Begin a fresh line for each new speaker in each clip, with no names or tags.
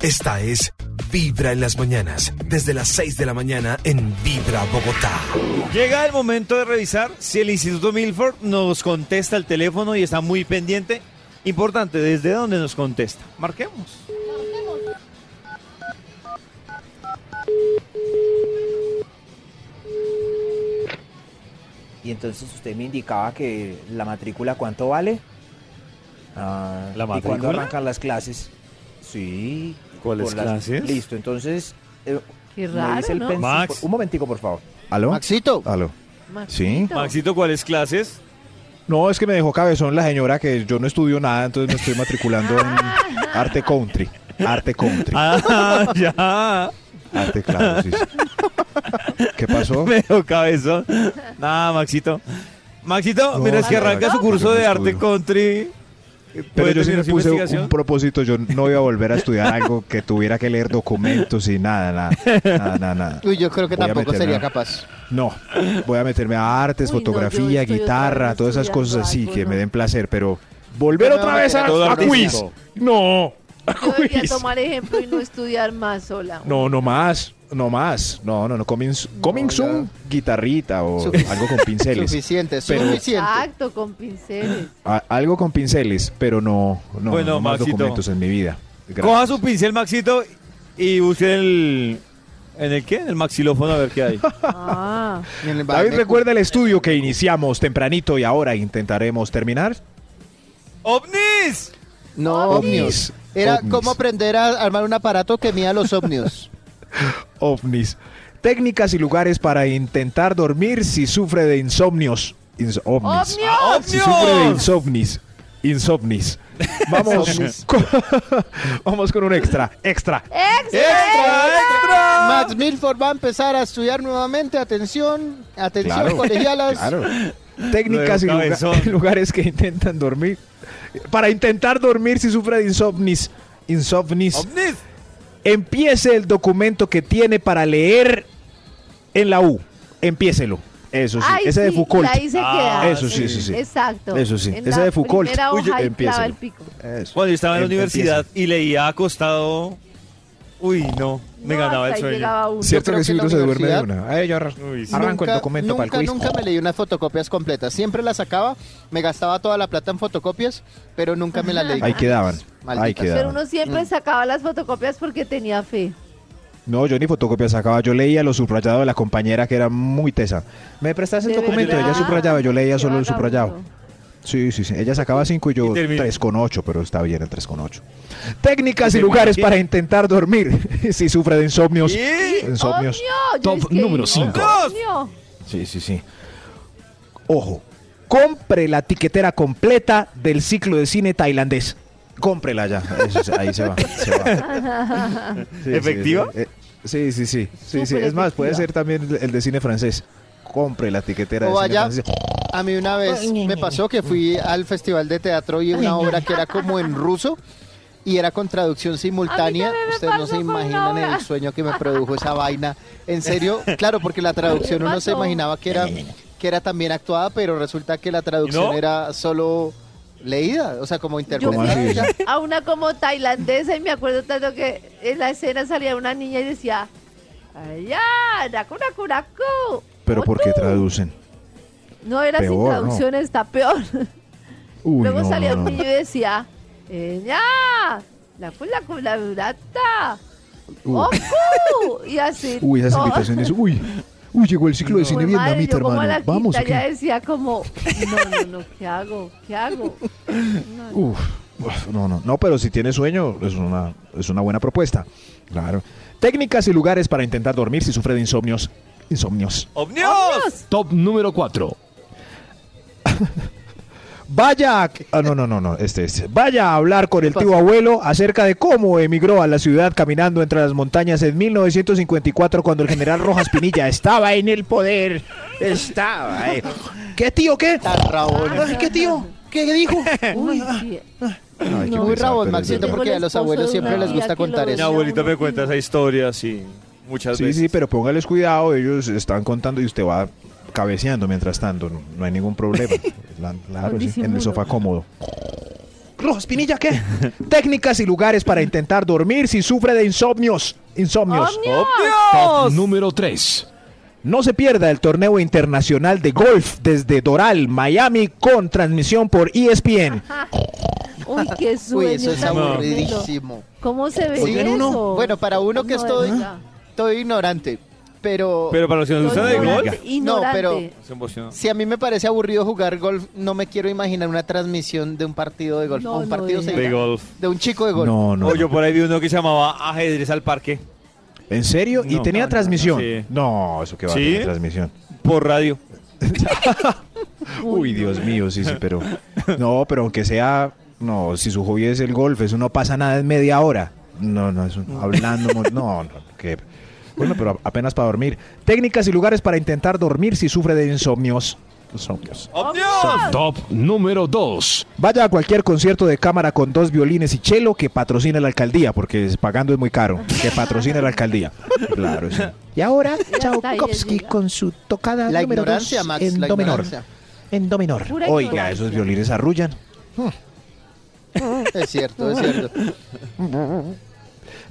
Esta es Vibra en las mañanas, desde las 6 de la mañana en Vibra Bogotá.
Llega el momento de revisar si el Instituto Milford nos contesta el teléfono y está muy pendiente. Importante, ¿desde dónde nos contesta? Marquemos.
Y entonces usted me indicaba que la matrícula cuánto vale. Ah,
¿La
¿Y cuándo
matrícula?
arrancan las clases? Sí.
¿Cuáles
por las-
clases?
Listo, entonces. eh,
Qué
me
raro,
dice el
¿no?
pensi-
Max.
Un momentico, por favor. ¿Aló?
Maxito.
¿Aló?
Maxito.
Maxito, ¿cuáles clases?
No, es que me dejó cabezón la señora que yo no estudio nada, entonces me estoy matriculando en arte country. Arte country.
Ah, ya.
Arte claro, sí, sí. ¿Qué pasó?
Medio cabezón. Nada, Maxito. Maxito,
No,
mira, es que arranca su
Maxito,
curso
yo no
de arte
estudio.
country.
Pero
¿Puede
yo sí me
terminar su
puse
investigación?
un propósito, yo no iba a volver a estudiar algo que tuviera que leer documentos y nada, nada, nada, nada. nada.
Uy, yo creo que
Voy a
tampoco
meterme
sería
a-
capaz.
No, voy a meterme a artes,
Uy, no, yo
fotografía,
estoy otra
guitarra,
vez
todas esas
estudiando
cosas así
algo,
que
¿no?
me den placer, pero volver
Yo me
otra
voy a
vez a,
meter
a
a
artístico.
quiz. No, a
Yo debería
quiz.
tomar ejemplo y no estudiar más sola.
No, no más, no más. No, no, no. Coming, s- coming
No, ya.
soon, guitarrita o
Sufic-
algo con pinceles.
Suficiente,
Pero-
suficiente.
Exacto, con pinceles.
A- algo con pinceles, pero no, no,
Bueno,
no más
Maxito.
documentos en mi vida. Gracias.
Coja su pincel, Maxito, y busque en el. ¿En el qué? En el maxilófono a ver qué hay.
Ah,
Y en el
David,
Badmecu-
recuerda el estudio que iniciamos tempranito y ahora intentaremos terminar.
¡OVNIS!
No,
Ovnis.
ovnios. Era
Ovnis.
cómo aprender a armar un aparato que mida los ovnios.
ovnis. Técnicas y lugares para intentar dormir si sufre de insomnios. Ins- ovnis.
¡Ovnios!
¡Ah,
Si sufre de
¡Ovnios!
insomnis. Insomnis. Vamos,
Insomnis.
con, vamos con un extra, extra.
¡Extra, extra!
Max Milford va a empezar a estudiar nuevamente. Atención, atención,
Claro,
colegialas.
Claro. Técnicas y
Luego,
lugar-
cabezón.
lugares que intentan dormir. Para intentar dormir si sufre de insomnis. Insomnis.
¡OVNIS!
Empiece el documento que tiene para leer en la U. Empiécelo. Eso sí.
Ay,
Ese de
sí,
Foucault.
ahí se
Ah,
queda.
eso sí,
eso sí.
Exacto.
Eso sí,
En
ese
la
de Foucault.
primera
Uy,
hoja ahí
empiécelo.
clava el pico.
Eso.
Cuando yo estaba en la
Em-
universidad y leía acostado. Uy, no, me
No,
ganaba el
hasta ahí
sueño.
llegaba uno.
empiece. Cierto
Yo creo
que si
que
uno
en
se
la
duerme de
universidad
una. Ay, yo arran-
Uy, sí.
arranco el
Nunca-
documento para el
nunca,
quiz.
nunca me leí unas fotocopias completas. Siempre las sacaba, me gastaba toda la plata en fotocopias, pero nunca me las leí.
Ahí quedaban.
Maldita
Ahí
sea.
Pero
quedaban.
uno siempre
Mm.
sacaba las fotocopias porque tenía fe.
No, yo ni fotocopias sacaba. Yo leía los subrayados de la compañera que era muy tesa. ¿Me prestaste el
¿De
documento?
verdad?
Ella subrayaba, yo leía
Qué
solo el
vagabundo.
subrayado. Sí, sí, sí. Ella sacaba 5 y yo
Y termina-
3,8, pero está bien el 3,8. Técnicas y,
Y termina
lugares
aquí.
para intentar dormir si sufre de insomnios.
¿Y?
Insomnios.
¡Ovnio! Yo
Top
es que-
número cinco.
¡Ovnio!
Sí, sí, sí. Ojo, compre la tiquetera completa del ciclo de cine tailandés. Cómprela ya. Eso se- ahí se va. se va. Sí, sí,
¿Efectiva?
eh, Sí, sí, sí. sí, sí.
Súper
Es más, puede
efectiva.
ser también el- el de cine francés. Compre la tiquetera
O
del
vaya-
cine francés.
A mí una vez me pasó que fui al festival de teatro y una obra que era como en ruso y era con traducción
A
simultánea.
mí también me
Ustedes no se
pasó con una
imaginan
obra.
el sueño que me produjo esa vaina. En serio, claro, porque la traducción
Me
uno se
pasó.
imaginaba que era, que era también actuada, pero resulta que la traducción
¿No?
era solo leída, o sea, como
Yo fui
interpretada.
así?
a una- a una como tailandesa y me acuerdo tanto que en la escena salía una niña y decía, ¡Allá! ¡Nakunakuraku!
Pero ¿por qué traducen?
No era sin
Peor, ¿no?
traducción, está peor.
Uy,
Luego
no,
salía
no,
un
no.
niño y decía, ¡Ella! ¡La cula con la durata!
Uh.
¡Oh! ¡Oku! Y así.
Uy, esas
todo.
invitaciones. Uy, uy, llegó el ciclo de
Fue
cine
madre,
vietnamita,
yo como a la
hermano.
quinta
Vamos. ¿o qué?
ya decía como, no, no, no, ¿qué hago? ¿Qué hago? No, no.
Uf, uf, no, no, no, pero si tiene sueño, es una, es una buena propuesta. Claro. Técnicas y lugares para intentar dormir si sufre de insomnios. Insomnios.
¡Ovnios!
Top número 4.
Vaya a, ah, no, no, no, no, este, este. Vaya a hablar con el tío abuelo acerca de cómo emigró a la ciudad caminando entre las montañas en 1954 cuando el general Rojas Pinilla estaba en el poder. Estaba. eh. ¿Qué tío qué?
Tan rabón.
Ah,
Ay, ¿Qué tío? ¿Qué dijo?
Uy, sí.
No, hay que
No,
Muy
pensar, pero
rabón,
es
Maxito,
verdad.
porque a los abuelos siempre les gusta contar
Mi
Tenía
eso.
abuelita
uno
me cuenta
que-
esa historia, sí, muchas
Sí,
veces.
sí, pero póngales cuidado, ellos están contando y usted va cabeceando mientras tanto, no, no hay ningún problema. La- claro,
Con
sí, en
disimulo.
el sofá cómodo. Rojas Pinilla, ¿qué? Técnicas y lugares para intentar dormir si sufre de insomnios. Insomnios.
¡Omnios!
Top número 3.
No se pierda el torneo internacional de golf desde Doral, Miami, con transmisión por E ESPN.
Uy, qué
Uy,
sueño
eso es
tan horrible.
aburridísimo.
¿Cómo se ve
Oigan,
eso?
uno- bueno, para uno que
No,
estoy-
de verdad.
Estoy ignorante, pero,
Pero para los que nos
Soy
gustan de
ignorante,
gol,
ignorante.
pero-
se emocionó.
si a mí me parece aburrido jugar golf, no me quiero imaginar una transmisión de un partido de golf.
No,
o
no,
un partido
de-
se
De
dirá,
golf.
de un chico de golf.
No, no.
O yo por ahí vi uno que se llamaba ajedrez al parque
¿En serio? ¿Y
No.
tenía
No, no,
transmisión?
no, sí.
No, eso que va
¿Sí?
a tener transmisión.
por radio.
Uy, Dios mío, sí, sí, pero. No, pero aunque sea. No, si su hobby es el golf, eso no pasa nada en media hora. No, no, eso, hablando. mo- No, no, que. Bueno, pero a- apenas para dormir. Técnicas y lugares para intentar dormir si sufre de insomnios. Insomnios.
¡Omnios!
Top número 2.
Vaya a cualquier concierto de cámara con dos violines y chelo que patrocine la alcaldía, porque es- pagando es muy caro. Que patrocine la alcaldía. Claro, sí. Y ahora,
hasta ahí les
Tchaikovsky
llega.
con su tocada
La
número dos
ignorancia, Max,
en
la
do menor.
ignorancia.
En do menor.
Pura
Oiga,
ignorancia.
esos violines arrullan.
Es cierto, es cierto.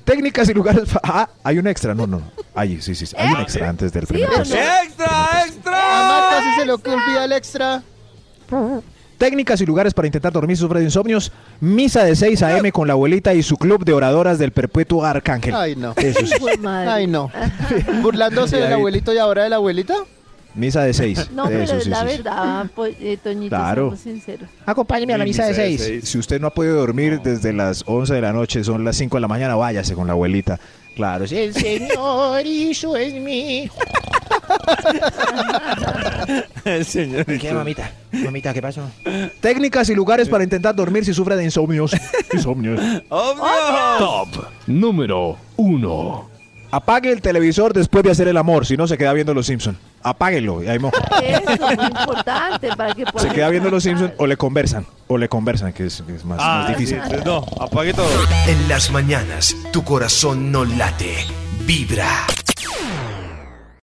Técnicas y lugares. fa- Ah, hay un extra. No, no. Ahí, sí, sí. sí. Hay un extra antes del primer
o no?
texto.
¡Extra, extra!
A Marta sí se le olvida el extra.
Técnicas y lugares para intentar dormir sufre de insomnios. Misa de 6 a.m. con la abuelita y su club de oradoras del perpetuo arcángel.
Ay, no.
Eso sí.
Hijo de madre.
Ay, no. Burlándose del abuelito y ahora de la abuelita.
Misa de 6.
No, pero
Eso
es
sí,
la
sí, sí.
verdad, pues, eh, Toñito,
Claro.
seamos sinceros.
Acompáñeme a la misa de
Misa de
6.
seis.
Si usted no ha podido dormir desde las 11 de la noche, son las 5 de la mañana, váyase con la abuelita. Claro, sí.
El Señor hizo es mi.
El señor.
mamita? Mamita, ¿qué pasó?
Técnicas y lugares para intentar dormir si sufre de insomnios. Insomnios.
¡Omnios!
Top número 1.
Apague el televisor después de hacer el amor, si no se queda viendo Los Simpson. Apáguelo y ahí mo-
Eso es muy importante para que
se
puedan
queda viendo Los
descansar.
Simpson o le conversan, o le conversan, que es, que es más, más
Ah,
difícil.
sí, sí, No, apague todo.
En las mañanas, tu corazón no late, vibra.